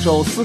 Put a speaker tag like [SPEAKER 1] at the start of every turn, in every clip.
[SPEAKER 1] 受思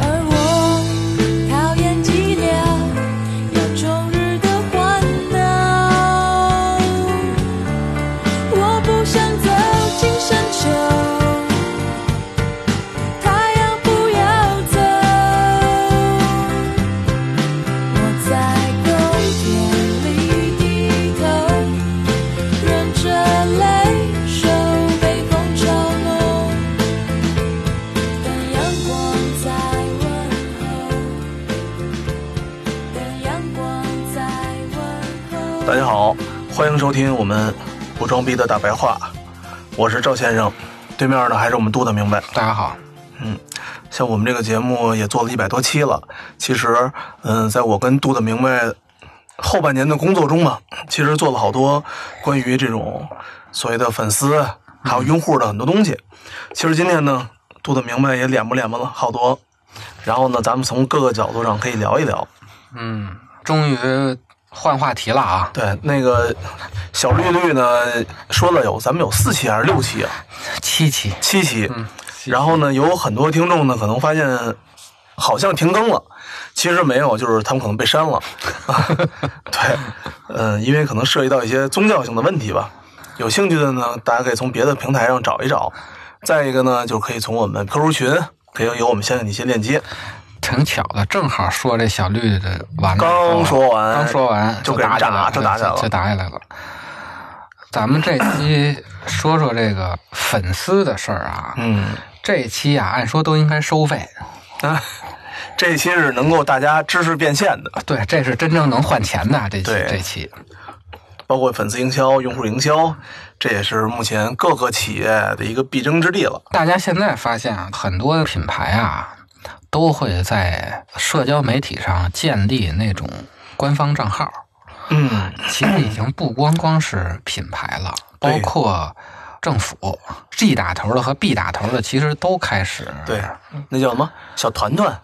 [SPEAKER 2] 而我讨厌寂寥，要终日的烦恼。我不想走进深秋，太阳不要走。我在冬天里低头，忍着泪手被风嘲弄。等阳光再问候，等阳光再问候
[SPEAKER 1] 大。家好，欢迎收听我们不装逼的大白话，我是赵先生，对面呢还是我们度的明白。嗯
[SPEAKER 3] 大家好，
[SPEAKER 1] 像我们这个节目也做了一百多期了。其实，嗯，在我跟杜的明白后半年的工作中嘛，其实做了好多关于这种所谓的粉丝还有用户的很多东西。其实今天呢，杜的明白也脸不脸巴了好多。然后呢，咱们从各个角度上可以聊一聊。
[SPEAKER 3] 嗯，终于换话题了啊！
[SPEAKER 1] 对，那个小绿绿呢，说了有咱们有四期还是六期啊？
[SPEAKER 3] 七期，
[SPEAKER 1] 嗯七期。然后呢，有很多听众呢，可能发现好像停更了，其实没有，就是他们可能被删了。 对，嗯、因为可能涉及到一些宗教性的问题吧。有兴趣的呢，大家可以从别的平台上找一找。再一个呢，就可以从我们 QQ 群，可以有我们相应的一些链接。
[SPEAKER 3] 挺巧的，正好说这小绿的完了以后，
[SPEAKER 1] 刚说完，
[SPEAKER 3] 刚说完
[SPEAKER 1] 就给人
[SPEAKER 3] 打起来
[SPEAKER 1] 打，
[SPEAKER 3] 了，
[SPEAKER 1] 就打起来
[SPEAKER 3] 就
[SPEAKER 1] 了。
[SPEAKER 3] 打起来了。咱们这期说说这个粉丝的事儿啊，
[SPEAKER 1] 嗯，
[SPEAKER 3] 这期啊，按说都应该收费，
[SPEAKER 1] 啊， 这期是能够大家知识变现的，
[SPEAKER 3] 对，这是真正能换钱的这期
[SPEAKER 1] 对
[SPEAKER 3] 这期，
[SPEAKER 1] 包括粉丝营销、用户营销，这也是目前各个企业的一个必争之地了。
[SPEAKER 3] 大家现在发现啊，很多品牌啊，都会在社交媒体上建立那种官方账号。
[SPEAKER 1] 嗯，
[SPEAKER 3] 其实已经不光光是品牌了，包
[SPEAKER 1] 对
[SPEAKER 3] 括政府 G 打头的和 B 打头的，其实都开始
[SPEAKER 1] 对，那叫什么小团团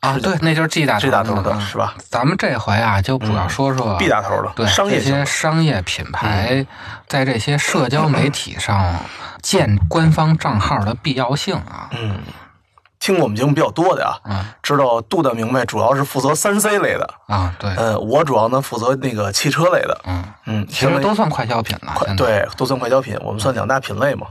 [SPEAKER 3] 啊，对，那就是 G 打
[SPEAKER 1] 这打头
[SPEAKER 3] 的
[SPEAKER 1] 的
[SPEAKER 3] 嘛
[SPEAKER 1] 是吧？
[SPEAKER 3] 啊咱们这回啊，就主要说说、
[SPEAKER 1] ？B 打头的，
[SPEAKER 3] 对
[SPEAKER 1] 商业
[SPEAKER 3] 这些
[SPEAKER 1] 性嗯
[SPEAKER 3] 商业品牌在这些社交媒体上建官方账号的必要性啊。
[SPEAKER 1] 嗯，听我们节目比较多的啊，
[SPEAKER 3] 嗯
[SPEAKER 1] 知道杜大明白主要是负责三 C 类的，
[SPEAKER 3] 啊，对，
[SPEAKER 1] 呃，我主要呢负责那个汽车类的，
[SPEAKER 3] 嗯，
[SPEAKER 1] 嗯，
[SPEAKER 3] 其实都算快消品了。
[SPEAKER 1] 快
[SPEAKER 3] 现在，
[SPEAKER 1] 对都算快消品，我们算两大品类嘛。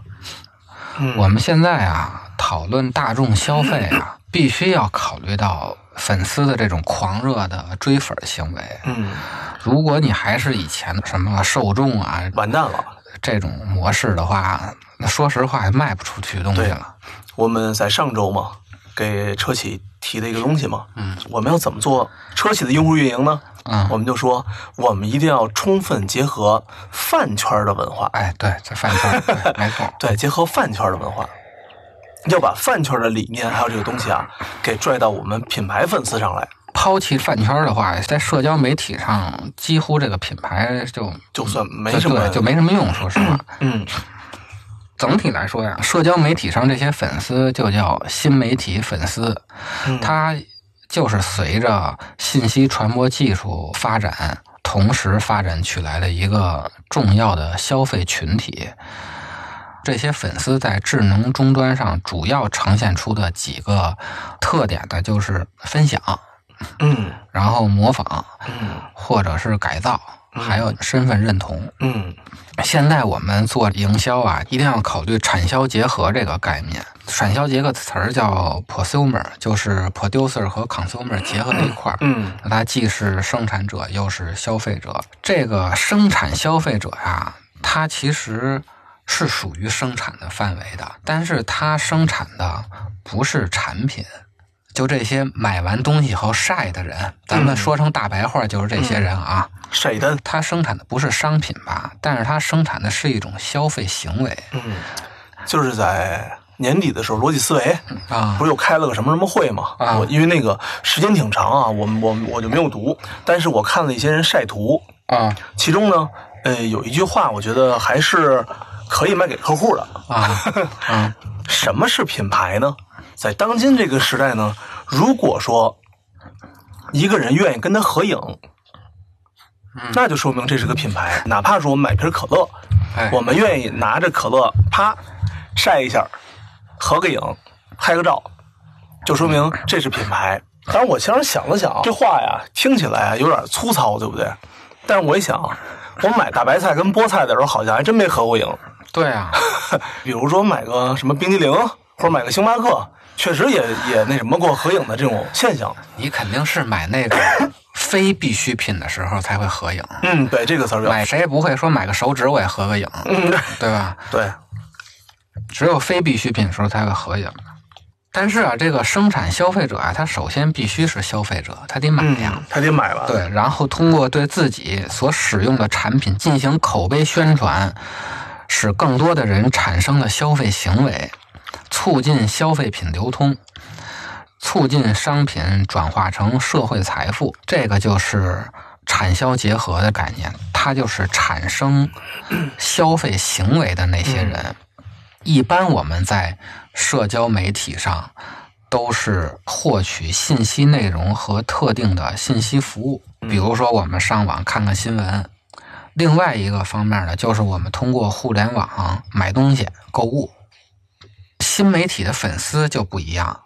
[SPEAKER 1] 嗯，
[SPEAKER 3] 我们现在啊，讨论大众消费啊，必须要考虑到粉丝的这种狂热的追粉行为。
[SPEAKER 1] 嗯，
[SPEAKER 3] 如果你还是以前的什么受众啊
[SPEAKER 1] 完蛋了。
[SPEAKER 3] 这种模式的话，那说实话也卖不出去东西了。
[SPEAKER 1] 我们在上周嘛，给车企提了一个东西嘛，嗯，我们要怎么做车企的用户运营呢？
[SPEAKER 3] 嗯
[SPEAKER 1] 我们就说，我们一定要充分结合饭圈的文化，
[SPEAKER 3] 哎，对，这饭圈儿对没错。
[SPEAKER 1] 对，结合饭圈的文化，要把饭圈的理念还有这个东西啊，给拽到我们品牌粉丝上来，
[SPEAKER 3] 抛弃饭圈儿的话，在社交媒体上，几乎这个品牌就
[SPEAKER 1] 就算没
[SPEAKER 3] 就
[SPEAKER 1] 什么，
[SPEAKER 3] 嗯对，就没什么用。说实话，
[SPEAKER 1] 嗯，
[SPEAKER 3] 总体来说呀，社交媒体上这些粉丝就叫新媒体粉丝，
[SPEAKER 1] 嗯
[SPEAKER 3] 它就是随着信息传播技术发展，同时发展起来的一个重要的消费群体。这些粉丝在智能终端上主要呈现出的几个特点呢，就是分享，
[SPEAKER 1] 嗯
[SPEAKER 3] 然后模仿，
[SPEAKER 1] 嗯
[SPEAKER 3] 或者是改造，还有身份认同。
[SPEAKER 1] 嗯
[SPEAKER 3] 现在我们做营销啊，一定要考虑产销结合这个概念。产销结合词儿叫 prosumer，就是 producer 和 consumer 结合在一块儿。
[SPEAKER 1] 嗯
[SPEAKER 3] 那它既是生产者，又是消费者。这个生产消费者呀、它其实是属于生产的范围的，但是它生产的不是产品。就这些买完东西以后晒的人，咱们说成大白话就是这些人啊。
[SPEAKER 1] 晒单，
[SPEAKER 3] 它生产的不是商品吧，但是它生产的是一种消费行为
[SPEAKER 1] 嗯，就是在年底的时候，逻辑思维
[SPEAKER 3] 啊
[SPEAKER 1] 不。是又开了个什么什么会吗？
[SPEAKER 3] 啊
[SPEAKER 1] 我因为那个时间挺长啊，我我我就没有读，但是我看了一些人晒图，
[SPEAKER 3] 啊
[SPEAKER 1] 其中呢，呃，有一句话我觉得还是可以卖给客户的，
[SPEAKER 3] 啊啊！
[SPEAKER 1] 什么是品牌呢？在当今这个时代呢，如果说一个人愿意跟他合影，那就说明这是个品牌。哪怕说我们买瓶可乐，
[SPEAKER 3] 哎，
[SPEAKER 1] 我们愿意拿着可乐啪晒一下，合个影，拍个照，就说明这是品牌。当然，我其实想了想，这话呀听起来啊有点粗糙，对不对？但是我一想，我买大白菜跟菠菜的时候，好像还真没合过影。
[SPEAKER 3] 对啊，
[SPEAKER 1] 比如说买个什么冰激凌，或者买个星巴克，确实也也那什么过合影的这种现象。
[SPEAKER 3] 你肯定是买那个非必需品的时候才会合影，
[SPEAKER 1] 嗯，对，这个词儿有
[SPEAKER 3] 买谁也不会说买个手指我也合个影，
[SPEAKER 1] 嗯，
[SPEAKER 3] 对吧？
[SPEAKER 1] 对，
[SPEAKER 3] 只有非必需品的时候才会合影。但是啊，这个生产消费者啊，他首先必须是消费者，他得买呀、
[SPEAKER 1] 嗯，他得买吧？，
[SPEAKER 3] 对，然后通过对自己所使用的产品进行口碑宣传，使更多的人产生了消费行为，促进消费品流通，促进商品转化成社会财富。这个就是产销结合的概念，它就是产生消费行为的那些人。一般我们在社交媒体上都是获取信息内容和特定的信息服务，比如说我们上网看看新闻。另外一个方面呢，就是我们通过互联网买东西、购物。新媒体的粉丝就不一样，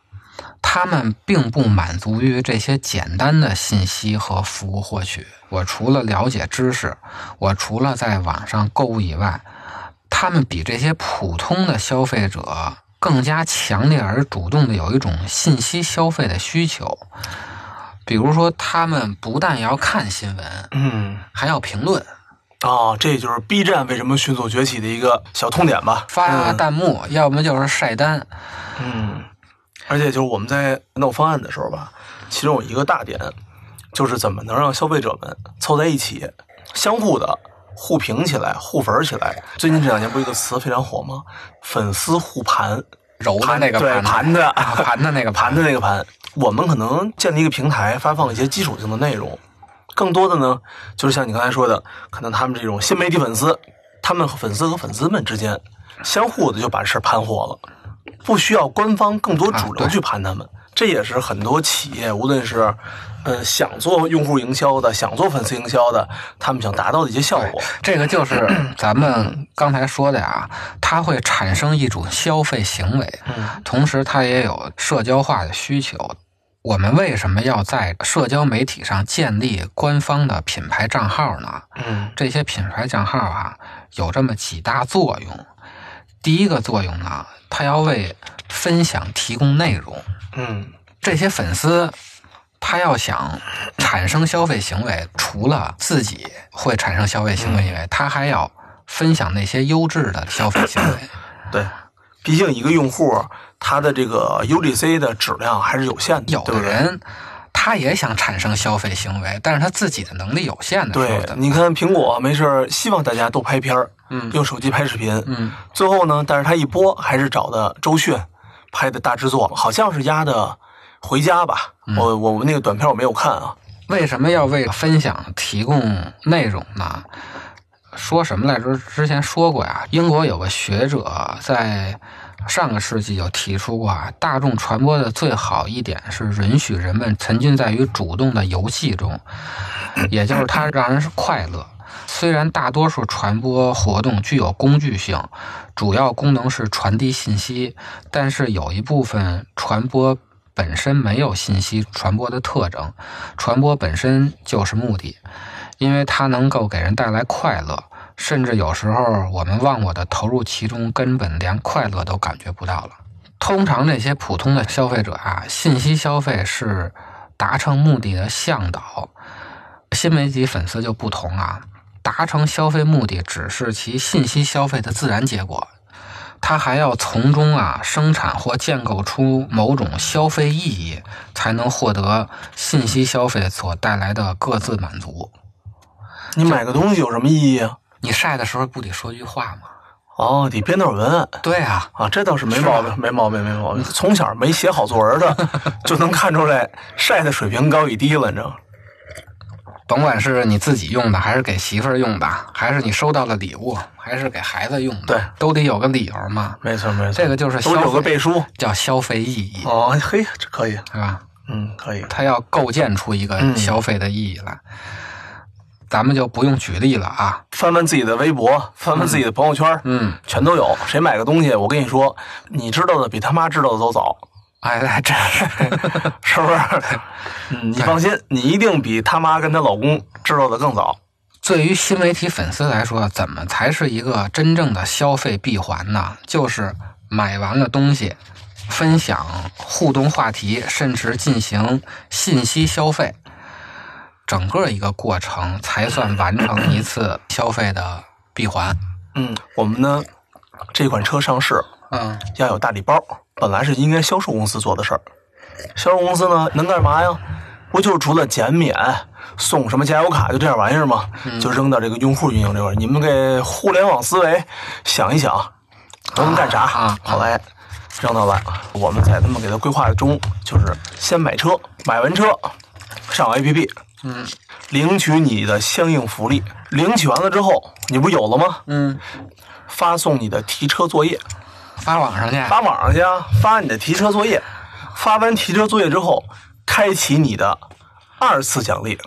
[SPEAKER 3] 他们并不满足于这些简单的信息和服务获取。我除了了解知识，我除了在网上购物以外，他们比这些普通的消费者更加强烈而主动的有一种信息消费的需求。比如说，他们不但要看新闻，
[SPEAKER 1] 嗯，
[SPEAKER 3] 还要评论、
[SPEAKER 1] 哦，这就是 B 站为什么迅速崛起的一个小痛点吧？
[SPEAKER 3] 发弹幕，要么就是晒单。
[SPEAKER 1] 嗯，而且就是我们在弄方案的时候吧，其中有一个大点，就是怎么能让消费者们凑在一起，相互的互评起来、互粉起来。最近这两年不是一个词非常火吗？粉丝互盘，
[SPEAKER 3] 揉的那个
[SPEAKER 1] 对
[SPEAKER 3] 盘
[SPEAKER 1] 盘的
[SPEAKER 3] 啊盘的那个
[SPEAKER 1] 盘的那个盘。我们可能建立一个平台，发放一些基础性的内容，更多的呢，就是像你刚才说的，可能他们这种新媒体粉丝，他们和粉丝和粉丝们之间相互的就把事儿盘火了，不需要官方更多主
[SPEAKER 3] 啊对
[SPEAKER 1] 流去盘他们。这也是很多企业，无论是呃想做用户营销的，想做粉丝营销的，他们想达到的一些效果。
[SPEAKER 3] 这个就是咱们刚才说的呀、它会产生一种消费行为，同时它也有社交化的需求。我们为什么要在社交媒体上建立官方的品牌账号呢？
[SPEAKER 1] 嗯
[SPEAKER 3] 这些品牌账号啊，有这么几大作用。第一个作用呢，它要为分享提供内容。
[SPEAKER 1] 嗯
[SPEAKER 3] 这些粉丝，他要想产生消费行为，除了自己会产生消费行为以
[SPEAKER 1] 嗯
[SPEAKER 3] 外，他还要分享那些优质的消费 行为。
[SPEAKER 1] 对，毕竟一个用户他的这个 UGC 的质量还是有限的，
[SPEAKER 3] 有
[SPEAKER 1] 对
[SPEAKER 3] 的
[SPEAKER 1] 不对？
[SPEAKER 3] 人他也想产生消费行为，但是他自己的能力有限的时候
[SPEAKER 1] 对，
[SPEAKER 3] 的，
[SPEAKER 1] 你看苹果没事儿，希望大家都拍片儿，
[SPEAKER 3] 嗯
[SPEAKER 1] 用手机拍视频，
[SPEAKER 3] 嗯，
[SPEAKER 1] 最后呢，但是他一播还是找的周迅拍的大制作，好像是压的《回家》吧，我我我那个短片我没有看啊，
[SPEAKER 3] 为什么要为分享提供内容呢？说什么来着？之前说过呀，英国有个学者在上个世纪就提出过啊，大众传播的最好一点是允许人们沉浸在于主动的游戏中，也就是它让人是快乐。虽然大多数传播活动具有工具性，主要功能是传递信息，但是有一部分传播本身没有信息传播的特征，传播本身就是目的，因为它能够给人带来快乐，甚至有时候我们忘我的投入其中，根本连快乐都感觉不到了。通常这些普通的消费者啊，信息消费是达成目的的向导，新媒体粉丝就不同啊，达成消费目的只是其信息消费的自然结果。他还要从中啊生产或建构出某种消费意义，才能获得信息消费所带来的各自满足。
[SPEAKER 1] 你买个东西有什么意义啊？
[SPEAKER 3] 你晒的时候不得说句话吗？
[SPEAKER 1] 哦，得编段文案。
[SPEAKER 3] 对啊，
[SPEAKER 1] 啊，这倒是没
[SPEAKER 3] 是吧
[SPEAKER 1] 毛病，没毛病，没毛病。从小没写 好作文的，就能看出来晒的水平高与低了，你知道吗？
[SPEAKER 3] 甭管是你自己用的，还是给媳妇儿用的，还是你收到了礼物，还是给孩子用的，
[SPEAKER 1] 对
[SPEAKER 3] 都得有个理由嘛。
[SPEAKER 1] 没错没错，
[SPEAKER 3] 这个就是
[SPEAKER 1] 都
[SPEAKER 3] 消费
[SPEAKER 1] 有个背书。
[SPEAKER 3] 叫消费意义，
[SPEAKER 1] 哦，嘿，这可以，
[SPEAKER 3] 是吧？
[SPEAKER 1] 嗯，可以，
[SPEAKER 3] 它要构建出一个
[SPEAKER 1] 嗯
[SPEAKER 3] 消费的意义来。咱们就不用举例了啊，
[SPEAKER 1] 翻翻自己的微博，翻翻自己的朋友圈，
[SPEAKER 3] 嗯，
[SPEAKER 1] 全都有。谁买个东西，我跟你说，你知道的比他妈知道的都早，
[SPEAKER 3] 哎，哎这是
[SPEAKER 1] 是不是？嗯，你放心，你一定比他妈跟她老公知道的更早。
[SPEAKER 3] 对于新媒体粉丝来说，怎么才是一个真正的消费闭环呢？就是买完了东西，分享互动话题，甚至进行信息消费，整个一个过程才算完成一次消费的闭环。
[SPEAKER 1] 嗯，我们呢，这款车上市
[SPEAKER 3] 嗯，
[SPEAKER 1] 要有大礼包，本来是应该销售公司做的事儿。销售公司呢，能干嘛呀？不就是除了减免、送什么加油卡，就这点玩意儿吗？
[SPEAKER 3] 嗯
[SPEAKER 1] 就扔到这个用户运营这块儿。你们给互联网思维想一想，都能干啥？
[SPEAKER 3] 啊啊
[SPEAKER 1] 后来扔到了，我们在他们给他规划中，就是先买车，买完车上 APP，嗯，领取你的相应福利。领取完了之后，你不有了吗？
[SPEAKER 3] 嗯，
[SPEAKER 1] 发送你的提车作业。
[SPEAKER 3] 发网上去，
[SPEAKER 1] 发网上去啊，发你的提车作业，发完提车作业之后，开启你的二次奖励。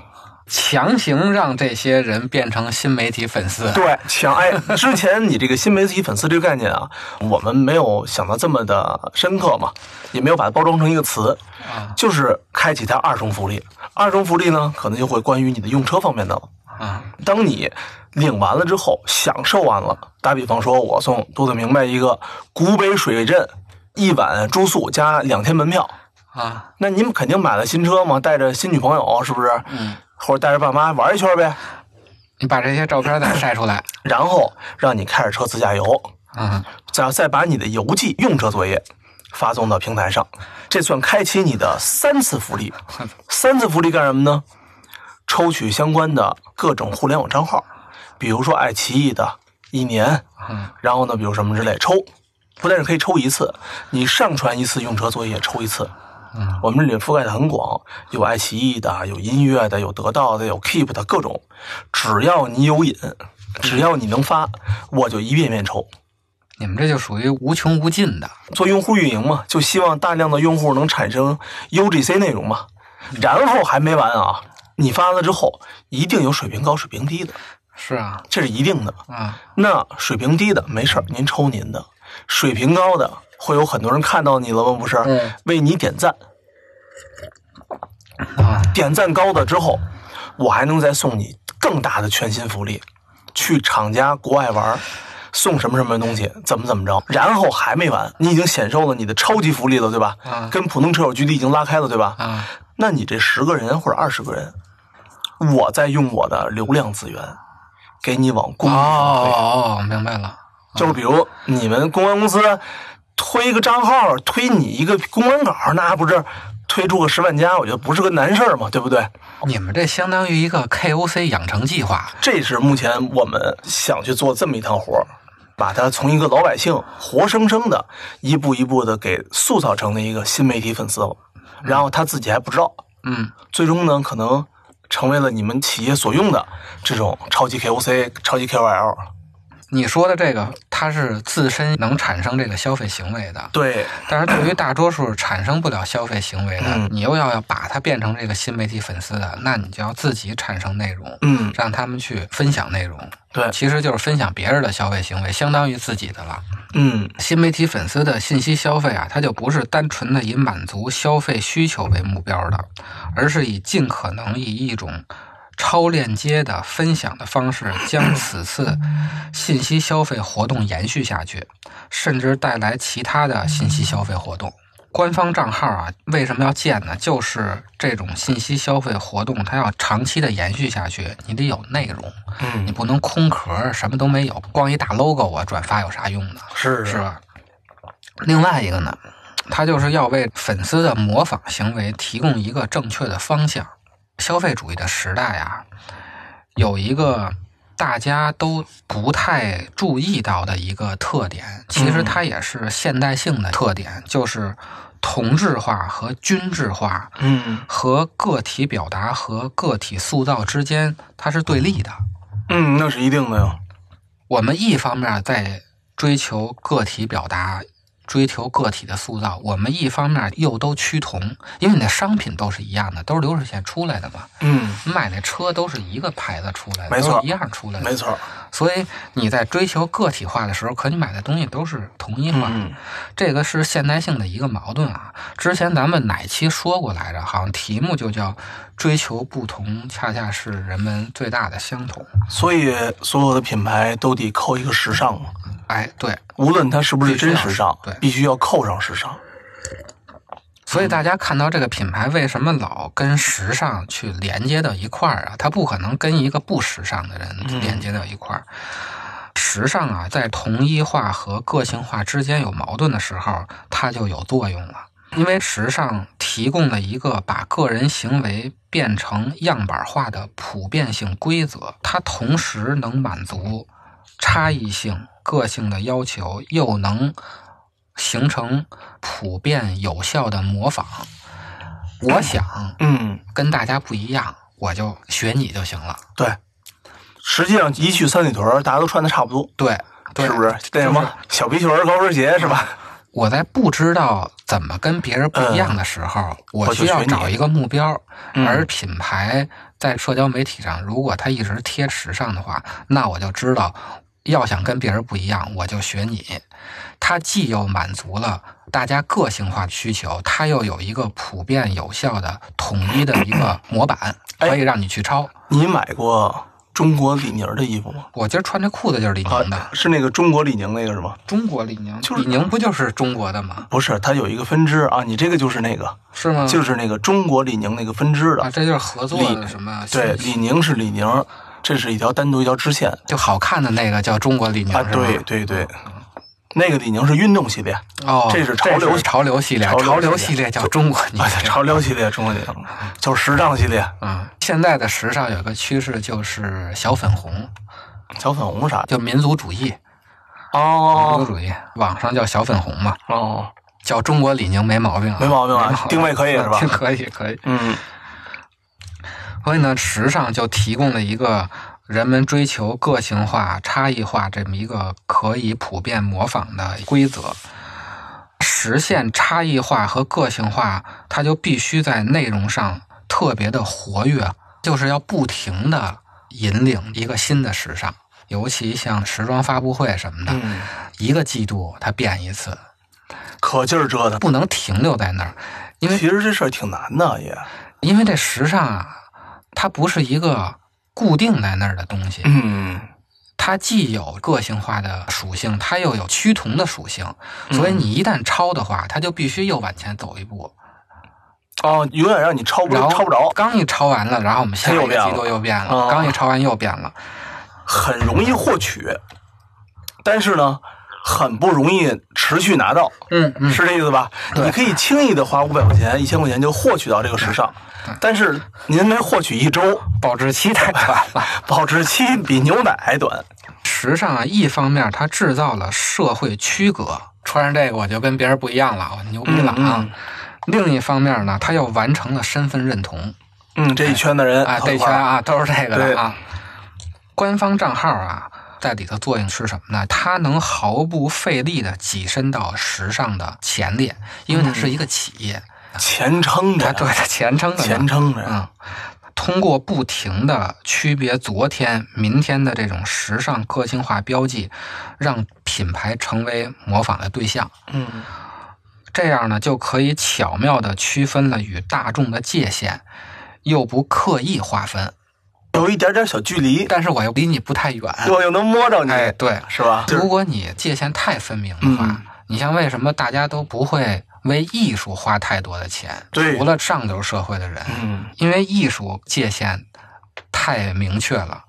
[SPEAKER 3] 强行让这些人变成新媒体粉丝。
[SPEAKER 1] 对，强哎，之前你这个新媒体粉丝这个概念啊， 我们没有想到这么的深刻嘛，也没有把它包装成一个词，就是开启它二重福利。二重福利呢，可能就会关于你的用车方面的了。
[SPEAKER 3] 啊，
[SPEAKER 1] 当你领完了之后，享受完了，打比方说，我送杜子明白一个古北水镇一晚住宿加两天门票，
[SPEAKER 3] 啊，
[SPEAKER 1] 那你们肯定买了新车嘛，带着新女朋友是不是？嗯，或者带着爸妈玩一圈呗，
[SPEAKER 3] 你把这些照片再晒出来。
[SPEAKER 1] 然后让你开着车自驾游，
[SPEAKER 3] 啊，
[SPEAKER 1] 再再把你的邮寄用车作业发送到平台上，这算开启你的三次福利。三次福利干什么呢？抽取相关的各种互联网账号，比如说爱奇艺的一年，
[SPEAKER 3] 嗯
[SPEAKER 1] 然后呢，比如什么之类抽，不但是可以抽一次，你上传一次用车作业抽一次。我们这里覆盖的很广，有爱奇艺的，有音乐的，有得到的，有 Keep 的各种，只要你有瘾，只要你能发，我就一遍遍抽。
[SPEAKER 3] 你们这就属于无穷无尽的。
[SPEAKER 1] 做用户运营嘛，就希望大量的用户能产生 UGC 内容嘛。然后还没完啊，你发了之后，一定有水平高、水平低的，
[SPEAKER 3] 是啊，
[SPEAKER 1] 这是一定的。
[SPEAKER 3] 啊，
[SPEAKER 1] 那水平低的没事儿，您抽您的；水平高的会有很多人看到你了吗？不是，
[SPEAKER 3] 嗯
[SPEAKER 1] 为你点赞。
[SPEAKER 3] 啊，
[SPEAKER 1] 点赞高的之后，我还能再送你更大的全新福利，去厂家国外玩儿，送什么什么东西，怎么怎么着。然后还没完，你已经享受了你的超级福利了，对吧？
[SPEAKER 3] 啊
[SPEAKER 1] 跟普通车友距离已经拉开了，对吧？
[SPEAKER 3] 啊，
[SPEAKER 1] 那你这十个人或者二十个人，我在用我的流量资源，给你往公益啊上推。
[SPEAKER 3] 哦，明白了，
[SPEAKER 1] 就比如你们公关公司推一个账号，推你一个公关稿，那不是推出个十万加，我觉得不是个难事儿嘛，对不对？
[SPEAKER 3] 你们这相当于一个 KOC 养成计划，
[SPEAKER 1] 这是目前我们想去做这么一趟活儿，把它从一个老百姓活生生的一步一步的给塑造成了一个新媒体粉丝了，然后他自己还不知道，
[SPEAKER 3] 嗯，
[SPEAKER 1] 最终呢可能成为了你们企业所用的这种超级 KOC、超级 KOL。
[SPEAKER 3] 你说的这个，它是自身能产生这个消费行为的，
[SPEAKER 1] 对，
[SPEAKER 3] 但是对于大多数产生不了消费行为的
[SPEAKER 1] 嗯，
[SPEAKER 3] 你又要把它变成这个新媒体粉丝的，那你就要自己产生内容，
[SPEAKER 1] 嗯，
[SPEAKER 3] 让他们去分享内容，
[SPEAKER 1] 对，
[SPEAKER 3] 其实就是分享别人的消费行为，相当于自己的了。
[SPEAKER 1] 嗯，
[SPEAKER 3] 新媒体粉丝的信息消费啊，它就不是单纯的以满足消费需求为目标的，而是以尽可能以一种超链接的分享的方式，将此次信息消费活动延续下去，甚至带来其他的信息消费活动。官方账号啊，为什么要建呢？就是这种信息消费活动，它要长期的延续下去，你得有内容，
[SPEAKER 1] 嗯
[SPEAKER 3] 你不能空壳，什么都没有，光一大 logo 我转发有啥用呢？
[SPEAKER 1] 是
[SPEAKER 3] 是吧？嗯另外一个呢，它就是要为粉丝的模仿行为提供一个正确的方向。消费主义的时代啊，有一个大家都不太注意到的一个特点，其实它也是现代性的特点，就是同质化和均质化
[SPEAKER 1] 嗯
[SPEAKER 3] 和个体表达和个体塑造之间，它是对立的。
[SPEAKER 1] 嗯，那是一定的呀。
[SPEAKER 3] 我们一方面在追求个体表达，追求个体的塑造，我们一方面又都趋同，因为你的商品都是一样的，都是流水线出来的嘛，
[SPEAKER 1] 嗯，
[SPEAKER 3] 买那车都是一个牌子出来的，
[SPEAKER 1] 没错
[SPEAKER 3] 都是一样出来的，
[SPEAKER 1] 没错。
[SPEAKER 3] 所以你在追求个体化的时候，可你买的东西都是同一化，
[SPEAKER 1] 嗯
[SPEAKER 3] 这个是现代性的一个矛盾啊。之前咱们哪期说过来着？好像题目就叫“追求不同，恰恰是人们最大的相同
[SPEAKER 1] 所以所有的品牌都得扣一个时尚嘛，”。
[SPEAKER 3] 哎，对，
[SPEAKER 1] 无论它是不是真时尚
[SPEAKER 3] 必须要，对
[SPEAKER 1] 必须要扣上时尚。
[SPEAKER 3] 所以大家看到这个品牌为什么老跟时尚去连接到一块儿啊？它不可能跟一个不时尚的人连接到一块儿。时尚啊，在同一化和个性化之间有矛盾的时候，它就有作用了。因为时尚提供了一个把个人行为变成样板化的普遍性规则，它同时能满足差异性、个性的要求，又能形成普遍有效的模仿。我想
[SPEAKER 1] 嗯，
[SPEAKER 3] 跟大家不一样，我就学你就行了。
[SPEAKER 1] 对。实际上，一去三里屯儿，大家都穿的差不多，
[SPEAKER 3] 对，对
[SPEAKER 1] 是不是？那什
[SPEAKER 3] 就是
[SPEAKER 1] 么小皮裙儿、高跟鞋是吧？
[SPEAKER 3] 我在不知道怎么跟别人不一样的时候，我需要找一个目标。
[SPEAKER 1] 嗯
[SPEAKER 3] 而品牌在社交媒体上，如果它一直贴时尚的话，那我就知道，要想跟别人不一样，我就学你。它既又满足了大家个性化需求，它又有一个普遍有效的、统一的一 个模板，
[SPEAKER 1] 哎
[SPEAKER 3] 可以让你去抄。
[SPEAKER 1] 你买过中国李宁儿的衣服吗？啊
[SPEAKER 3] 我今儿穿这裤子就是李宁的，
[SPEAKER 1] 是那个中国李宁那个是吗？
[SPEAKER 3] 中国李宁，
[SPEAKER 1] 就是
[SPEAKER 3] 李宁不就是中国的吗？
[SPEAKER 1] 不是，它有一个分支啊，你这个就是那个，
[SPEAKER 3] 是吗？
[SPEAKER 1] 就是那个中国李宁那个分支
[SPEAKER 3] 嗯啊，
[SPEAKER 1] 的。
[SPEAKER 3] 这就是合作
[SPEAKER 1] 李
[SPEAKER 3] 的什么？
[SPEAKER 1] 对，李宁是李宁，这是一条单独一条支线
[SPEAKER 3] 就好看的那个叫中国李宁
[SPEAKER 1] 啊。
[SPEAKER 3] 是吧
[SPEAKER 1] 对对对，啊那个李宁是运动系列，
[SPEAKER 3] 哦，
[SPEAKER 1] 这是潮流
[SPEAKER 3] 潮流系列，
[SPEAKER 1] 潮流
[SPEAKER 3] 潮流
[SPEAKER 1] 系
[SPEAKER 3] 系
[SPEAKER 1] 列
[SPEAKER 3] 列叫中国李
[SPEAKER 1] 啊，
[SPEAKER 3] 宁。
[SPEAKER 1] 潮流系列，中国李宁 就是时尚系列，
[SPEAKER 3] 嗯，现在的时尚有个趋势就是小粉红，
[SPEAKER 1] 小粉红啥的。
[SPEAKER 3] 叫民族主义，民族
[SPEAKER 1] 哦
[SPEAKER 3] 主义，网上叫小粉红嘛，
[SPEAKER 1] 哦，
[SPEAKER 3] 叫中国李宁没毛病啊，
[SPEAKER 1] 没毛病啊
[SPEAKER 3] 没毛
[SPEAKER 1] 定位可以是吧
[SPEAKER 3] 可以可以。
[SPEAKER 1] 嗯
[SPEAKER 3] 所以呢，时尚就提供了一个人们追求个性化、差异化这么一个可以普遍模仿的规则。实现差异化和个性化，它就必须在内容上特别的活跃，就是要不停的引领一个新的时尚。尤其像时装发布会什么的，
[SPEAKER 1] 嗯，
[SPEAKER 3] 一个季度它变一次，
[SPEAKER 1] 可劲儿折腾。
[SPEAKER 3] 不能停留在那儿，因为
[SPEAKER 1] 其实这事儿挺难的，也，
[SPEAKER 3] 因为这时尚啊，它不是一个固定在那儿的东西，
[SPEAKER 1] 嗯
[SPEAKER 3] 它既有个性化的属性，它又有趋同的属性，所以
[SPEAKER 1] 嗯
[SPEAKER 3] 你一旦超的话，它就必须又往前走一步，
[SPEAKER 1] 哦，永远让你超不
[SPEAKER 3] 然后
[SPEAKER 1] 超不着，
[SPEAKER 3] 刚一超完了，然后我们下一
[SPEAKER 1] 又
[SPEAKER 3] 个
[SPEAKER 1] 变了
[SPEAKER 3] 季度又变了，
[SPEAKER 1] 哦
[SPEAKER 3] 刚一超完又变了，
[SPEAKER 1] 很容易获取，但是呢，很不容易持续拿到，
[SPEAKER 3] 嗯嗯，
[SPEAKER 1] 是这意思吧？
[SPEAKER 3] 对
[SPEAKER 1] 你可以轻易的花五百块钱、一千块钱就获取到这个时尚，但是您没获取一周，
[SPEAKER 3] 保质期太短了。
[SPEAKER 1] 啊保质期比牛奶还短。
[SPEAKER 3] 时尚啊，一方面它制造了社会区隔，穿上这个我就跟别人不一样了，我牛逼了啊。
[SPEAKER 1] 嗯嗯
[SPEAKER 3] 另一方面呢，它又完成了身份认同，
[SPEAKER 1] 嗯，这一圈的人
[SPEAKER 3] 啊，
[SPEAKER 1] 很
[SPEAKER 3] 这圈
[SPEAKER 1] 快
[SPEAKER 3] 啊都是这个
[SPEAKER 1] 对
[SPEAKER 3] 的啊。官方账号啊，在里头作用是什么呢？它能毫不费力的跻身到时尚的前列，因为
[SPEAKER 1] 嗯
[SPEAKER 3] 它是一个企业，
[SPEAKER 1] 前撑着
[SPEAKER 3] 它
[SPEAKER 1] 呀，
[SPEAKER 3] 对它前程的呢
[SPEAKER 1] 前撑着呀，
[SPEAKER 3] 嗯，通过不停的区别昨天、明天的这种时尚个性化标记，让品牌成为模仿的对象。
[SPEAKER 1] 嗯
[SPEAKER 3] 这样呢，就可以巧妙的区分了与大众的界限，又不刻意划分。
[SPEAKER 1] 有一点点小距离，
[SPEAKER 3] 但是我又离你不太远。
[SPEAKER 1] 我又能摸着你，
[SPEAKER 3] 哎，对，
[SPEAKER 1] 是吧？
[SPEAKER 3] 如果你界限太分明的话，
[SPEAKER 1] 嗯
[SPEAKER 3] 你像为什么大家都不会为艺术花太多的钱？
[SPEAKER 1] 对
[SPEAKER 3] 除了上流社会的人，
[SPEAKER 1] 嗯，
[SPEAKER 3] 因为艺术界限太明确了，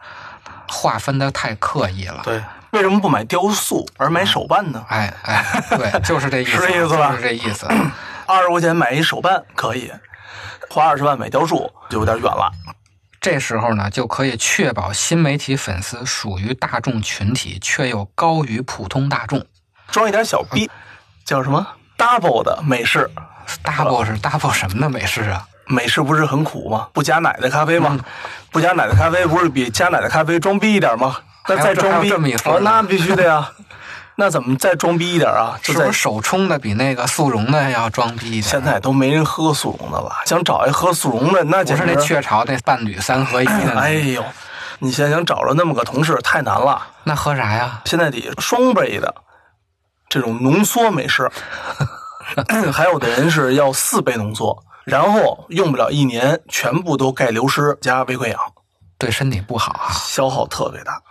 [SPEAKER 3] 划分的太刻意了。
[SPEAKER 1] 对，为什么不买雕塑而买手办呢？
[SPEAKER 3] 哎哎，对，就是这意思，
[SPEAKER 1] 是
[SPEAKER 3] 啊
[SPEAKER 1] 这意思吧
[SPEAKER 3] 就是这 意思。
[SPEAKER 1] 二十块钱买一手办可以，花二十万买雕塑就有点远了。
[SPEAKER 3] 这时候呢，就可以确保新媒体粉丝属于大众群体，却又高于普通大众。
[SPEAKER 1] 装一点小逼，
[SPEAKER 3] 嗯
[SPEAKER 1] 叫什么 double 的美式，
[SPEAKER 3] double 是 double 什么的美式啊？
[SPEAKER 1] 美式不是很苦吗？不加奶的咖啡
[SPEAKER 3] 嗯
[SPEAKER 1] 吗？不加奶的咖啡不是比加奶的咖啡装逼一点吗？那再装
[SPEAKER 3] 还
[SPEAKER 1] 逼，
[SPEAKER 3] 有这么一说
[SPEAKER 1] 哦，那必须的呀。 那怎么再装逼一点啊？就是在
[SPEAKER 3] 不是手冲的比那个速溶的要装逼一点？啊
[SPEAKER 1] 现在都没人喝速溶的了，想找一喝速溶的，那
[SPEAKER 3] 不
[SPEAKER 1] 简
[SPEAKER 3] 是
[SPEAKER 1] 直
[SPEAKER 3] 那 雀巢那伴侣三合一的那，
[SPEAKER 1] 哎呦，你现在想找着那么个同事太难了。
[SPEAKER 3] 那喝啥呀？
[SPEAKER 1] 现在得双倍的这种浓缩美式， 还有的人是要四倍浓缩，然后用不了一年，全部都钙流失加胃溃疡，
[SPEAKER 3] 对身体不好啊？
[SPEAKER 1] 消耗特别大。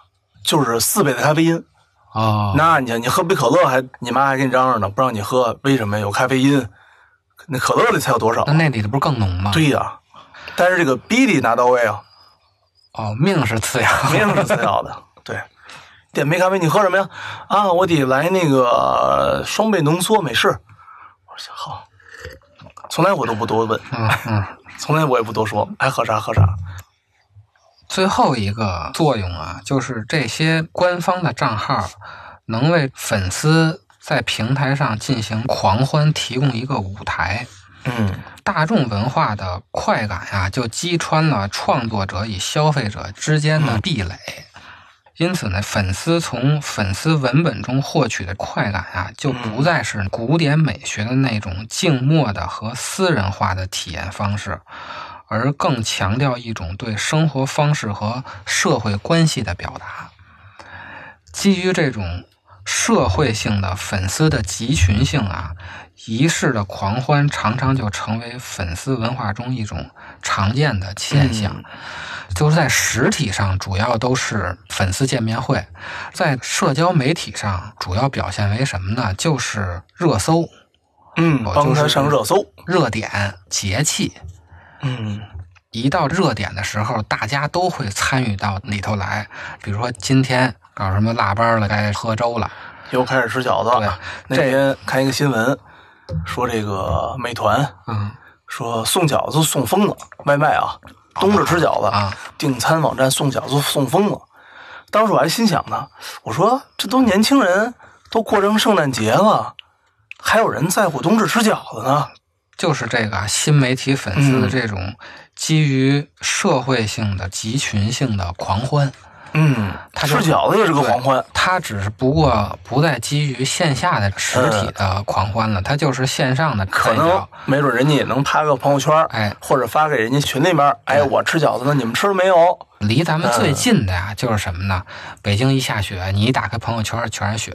[SPEAKER 1] 就是四倍的咖啡因，
[SPEAKER 3] 哦，
[SPEAKER 1] 那你你喝杯可乐还你妈还跟你嚷嚷呢，不让你喝，为什么呀有咖啡因？那可乐里才有多少
[SPEAKER 3] 那？那里头不是更浓吗？
[SPEAKER 1] 对呀、但是这个逼得拿到位 啊，
[SPEAKER 3] 哦，命是次要。
[SPEAKER 1] 没有是次要的。对，点杯咖啡，你喝什么呀？啊，我得来那个呃双倍浓缩美式。我说好，从来我都不多问，
[SPEAKER 3] 嗯嗯。
[SPEAKER 1] 从来我也不多说，爱喝啥喝啥。
[SPEAKER 3] 最后一个作用啊，就是这些官方的账号能为粉丝在平台上进行狂欢提供一个舞台。
[SPEAKER 1] 嗯，
[SPEAKER 3] 大众文化的快感呀、就击穿了创作者与消费者之间的壁垒。因此呢，粉丝从粉丝文本中获取的快感啊，就不再是古典美学的那种静默的和私人化的体验方式，而更强调一种对生活方式和社会关系的表达。基于这种社会性的粉丝的集群性啊，仪式的狂欢常常就成为粉丝文化中一种常见的现象。就是在实体上，主要都是粉丝见面会；在社交媒体上，主要表现为什么呢？就是热搜、
[SPEAKER 1] 嗯，
[SPEAKER 3] 我
[SPEAKER 1] 帮
[SPEAKER 3] 哦就
[SPEAKER 1] 他
[SPEAKER 3] 是
[SPEAKER 1] 上热搜。
[SPEAKER 3] 热点、节气。
[SPEAKER 1] 嗯，
[SPEAKER 3] 一到热点的时候，大家都会参与到里头来。比如说今天搞什么腊八了，该喝粥了，
[SPEAKER 1] 又开始吃饺子了。那
[SPEAKER 3] 对这
[SPEAKER 1] 天看一个新闻，说这个美团
[SPEAKER 3] 嗯，
[SPEAKER 1] 说送饺子送疯了，外卖啊，冬至吃饺子
[SPEAKER 3] 啊，
[SPEAKER 1] 订餐网站送饺子送疯了。当时我还心想呢，我说这都年轻人都过成圣诞节了，还有人在乎冬至吃饺子呢？嗯
[SPEAKER 3] 就是这个啊新媒体粉丝的这种基于社会性的集群性的狂欢，
[SPEAKER 1] 嗯，
[SPEAKER 3] 他
[SPEAKER 1] 吃
[SPEAKER 3] 就
[SPEAKER 1] 饺子也是个
[SPEAKER 3] 对
[SPEAKER 1] 狂欢。
[SPEAKER 3] 它只是不过不再基于线下的实体的狂欢了，它就是线上的
[SPEAKER 1] 嗯可
[SPEAKER 3] 可
[SPEAKER 1] 能没准人家也能拍个朋友圈，
[SPEAKER 3] 哎
[SPEAKER 1] 或者发给人家群里面，哎，我吃饺子呢，你们吃了没有？
[SPEAKER 3] 离咱们
[SPEAKER 1] 嗯
[SPEAKER 3] 最近的呀、就是什么呢？北京一下雪，你一打开朋友圈全是雪；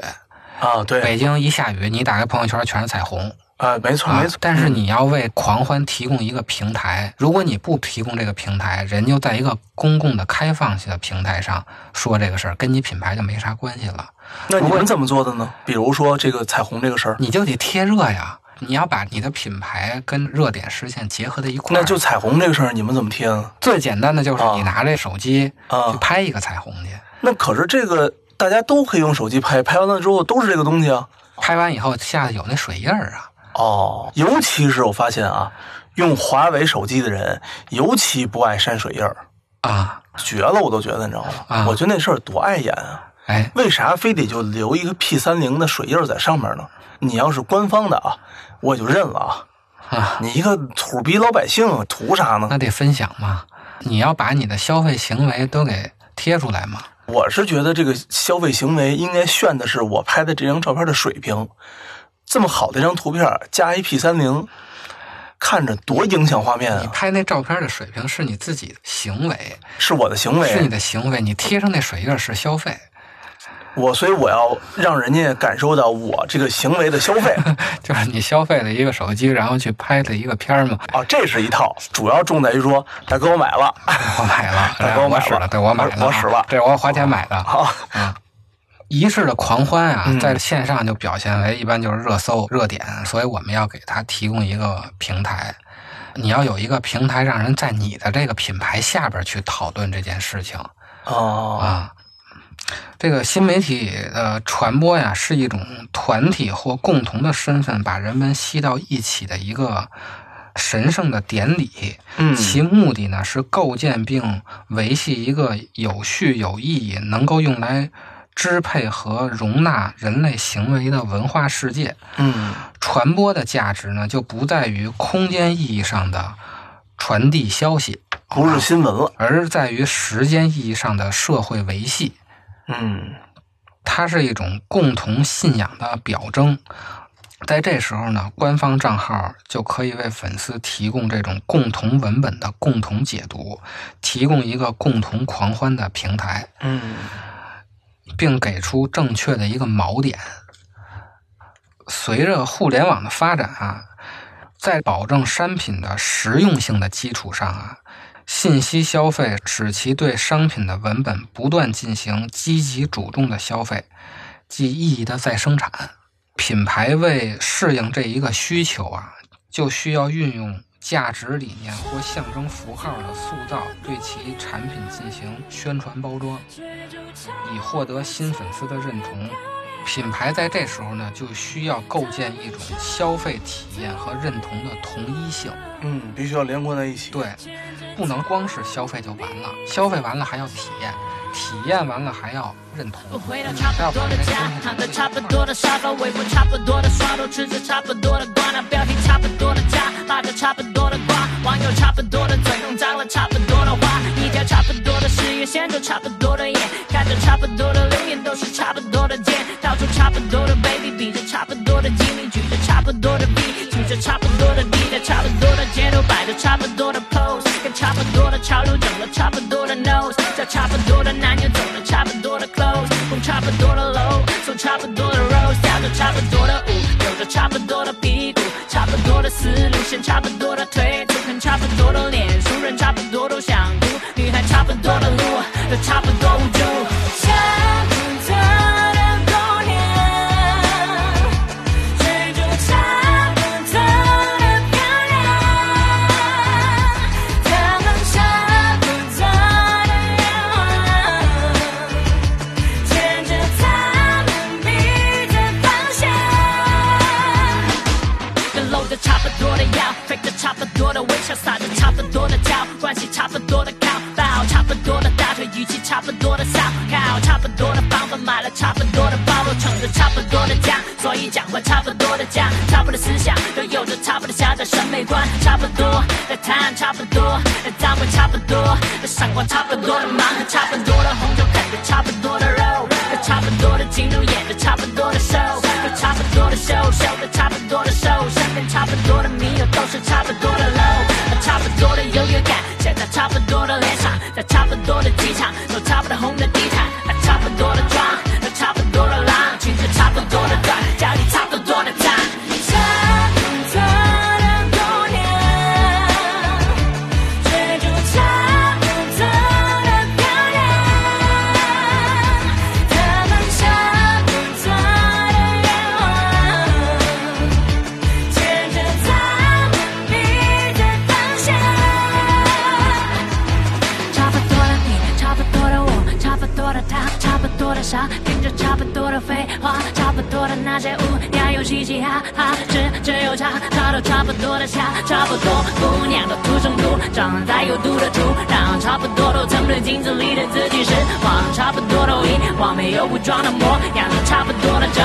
[SPEAKER 1] 啊，对，
[SPEAKER 3] 北京一下雨，你一打开朋友圈全是彩虹。
[SPEAKER 1] 啊，没错，
[SPEAKER 3] 啊
[SPEAKER 1] 没错，，
[SPEAKER 3] 但是你要为狂欢提供一个平台，如果你不提供这个平台，人就在一个公共的开放性的平台上说这个事儿，跟你品牌就没啥关系了。
[SPEAKER 1] 那你们怎么做的呢？比如说这个彩虹这个事儿，
[SPEAKER 3] 你就得贴热呀，你要把你的品牌跟热点事件结合在一块儿。
[SPEAKER 1] 那就彩虹这个事儿，你们怎么贴呢？
[SPEAKER 3] 最简单的就是
[SPEAKER 1] 啊
[SPEAKER 3] 你拿这手机
[SPEAKER 1] 啊
[SPEAKER 3] 去拍一个彩虹去，
[SPEAKER 1] 那可是这个大家都可以用手机拍，拍完了之后都是这个东西啊。
[SPEAKER 3] 拍完以后下头有那水印儿啊。
[SPEAKER 1] 哦，尤其是我发现啊，用华为手机的人尤其不爱删水印儿，
[SPEAKER 3] 啊，
[SPEAKER 1] 绝了，我都觉得，你知道吗？
[SPEAKER 3] 啊
[SPEAKER 1] 我觉得那事儿多碍眼啊！
[SPEAKER 3] 哎，
[SPEAKER 1] 为啥非得就留一个 P 三零的水印儿在上面呢？你要是官方的啊，我也就认了啊。
[SPEAKER 3] 啊
[SPEAKER 1] 你一个土逼老百姓，图啥呢？
[SPEAKER 3] 那得分享嘛，你要把你的消费行为都给贴出来嘛。
[SPEAKER 1] 我是觉得这个消费行为应该炫的是我拍的这张照片的水平。这么好的一张图片加一 P 三零，看着多影响画面
[SPEAKER 3] 你
[SPEAKER 1] 啊！
[SPEAKER 3] 拍那照片的水平是你自己的行为，
[SPEAKER 1] 是我的行
[SPEAKER 3] 是你
[SPEAKER 1] 为，
[SPEAKER 3] 的行为，你贴上那水印儿是消费，
[SPEAKER 1] 我所以我要让人家感受到我这个行为的消费
[SPEAKER 3] 就是你消费了一个手机，然后去拍的一个片儿嘛。
[SPEAKER 1] 啊，这是一套，主要重在于说大哥我买了
[SPEAKER 3] 我买 了，
[SPEAKER 1] 大
[SPEAKER 3] 然
[SPEAKER 1] 哥
[SPEAKER 3] 后
[SPEAKER 1] 我买
[SPEAKER 3] 我使
[SPEAKER 1] 了
[SPEAKER 3] 了，对我买
[SPEAKER 1] 我
[SPEAKER 3] 了，
[SPEAKER 1] 我使了
[SPEAKER 3] 对我花钱买的。
[SPEAKER 1] 啊，
[SPEAKER 3] 仪式的狂欢啊
[SPEAKER 1] 嗯，
[SPEAKER 3] 在线上就表现为一般就是热搜热点，所以我们要给它提供一个平台。你要有一个平台，让人在你的这个品牌下边去讨论这件事情
[SPEAKER 1] 哦，
[SPEAKER 3] 啊。这个新媒体的传播呀，是一种团体或共同的身份把人们吸到一起的一个神圣的典礼，
[SPEAKER 1] 嗯
[SPEAKER 3] 其目的呢是构建并维系一个有序、有意义、能够用来支配和容纳人类行为的文化世界。
[SPEAKER 1] 嗯
[SPEAKER 3] 传播的价值呢，就不在于空间意义上的传递消息，
[SPEAKER 1] 不是新闻了，
[SPEAKER 3] 而在于时间意义上的社会维系。
[SPEAKER 1] 嗯
[SPEAKER 3] 它是一种共同信仰的表征。在这时候呢，官方账号就可以为粉丝提供这种共同文本的共同解读，提供一个共同狂欢的平台，
[SPEAKER 1] 嗯
[SPEAKER 3] 并给出正确的一个锚点。随着互联网的发展啊，在保证商品的实用性的基础上啊，信息消费使其对商品的文本不断进行积极主动的消费，即意义的再生产。品牌为适应这一个需求啊，就需要运用价值理念或象征符号的塑造，对其产品进行宣传包装，以获得新粉丝的认同。品牌在这时候呢，就需要构建一种消费体验和认同的同一性。
[SPEAKER 1] 嗯，必须要连贯在一起。
[SPEAKER 3] 对，不能光是消费就完了，消费完了还要体验，体验完了还要认同。
[SPEAKER 2] 我回到差不多的家，躺在差不多的沙发，围过差不多的刷，都吃着差不多的瓜，那标题差不多的家，拉着差不多的瓜，网友差不多的嘴弄脏了差不多的话，一条差不多的事业线，着差不多的眼，看着差不多的留言，都是差不多的贱，到处差不多的 baby，比着差不多的经历，举着差不多的币，举着差不多的地，在差不多的街头摆着差不多的 pose，跟差不多的潮流整了差不多的 nose，叫差不多的男友走了差不多的 clothes，用差不多的楼，送差不多的 rose，跳着差不多的舞，扭着差不多的屁股，差不多的思路，线差不多的推出，看差不多的脸，熟人差不多都想哭，女孩差不多的路，都差不多无助。差不多的姑娘。追逐差不多的漂亮，他们差不多的流浪，牵着他们彼此方向。跟搂着差不多的腰，配着差不多的微笑，撒着差不多的娇，关系差不多的靠，抱差不多的大腿，语气差不多的骚，靠差不多的房本，买了差不多的包，都宠着差不多的家，所以讲话差不多的家，差不多的思想都有着差不多狭窄审美观，差不多的谈，差不多的单位，差不多的闪光，差不多的忙，差不多的红酒啃着差不多的肉，差不多的进入演着差不多的 show，差不多的 show，show 的差不多的 show，身边差不多的迷友都是差不多的 low，差不多的优越感写在差不多的脸上，在差不多的机场，走差不多红的地毯，差不多的妆，差不多的浪，裙子差不多的短，家里差不多的站。差不多的姑娘，追逐差不多的漂亮，他们差不多的愿望，牵着他们彼此方向。差不多的你，差不多的我，差不多的他，差不多的傻，听着差不多的废话，差不多的那些无聊又嘻嘻哈哈，只只有他，他都差不多的瞎，差不多姑娘都土生土长，在有毒的土壤，差不多都曾对镜子里的自己失望，差不多都遗忘没有武装的模样，差不多的整，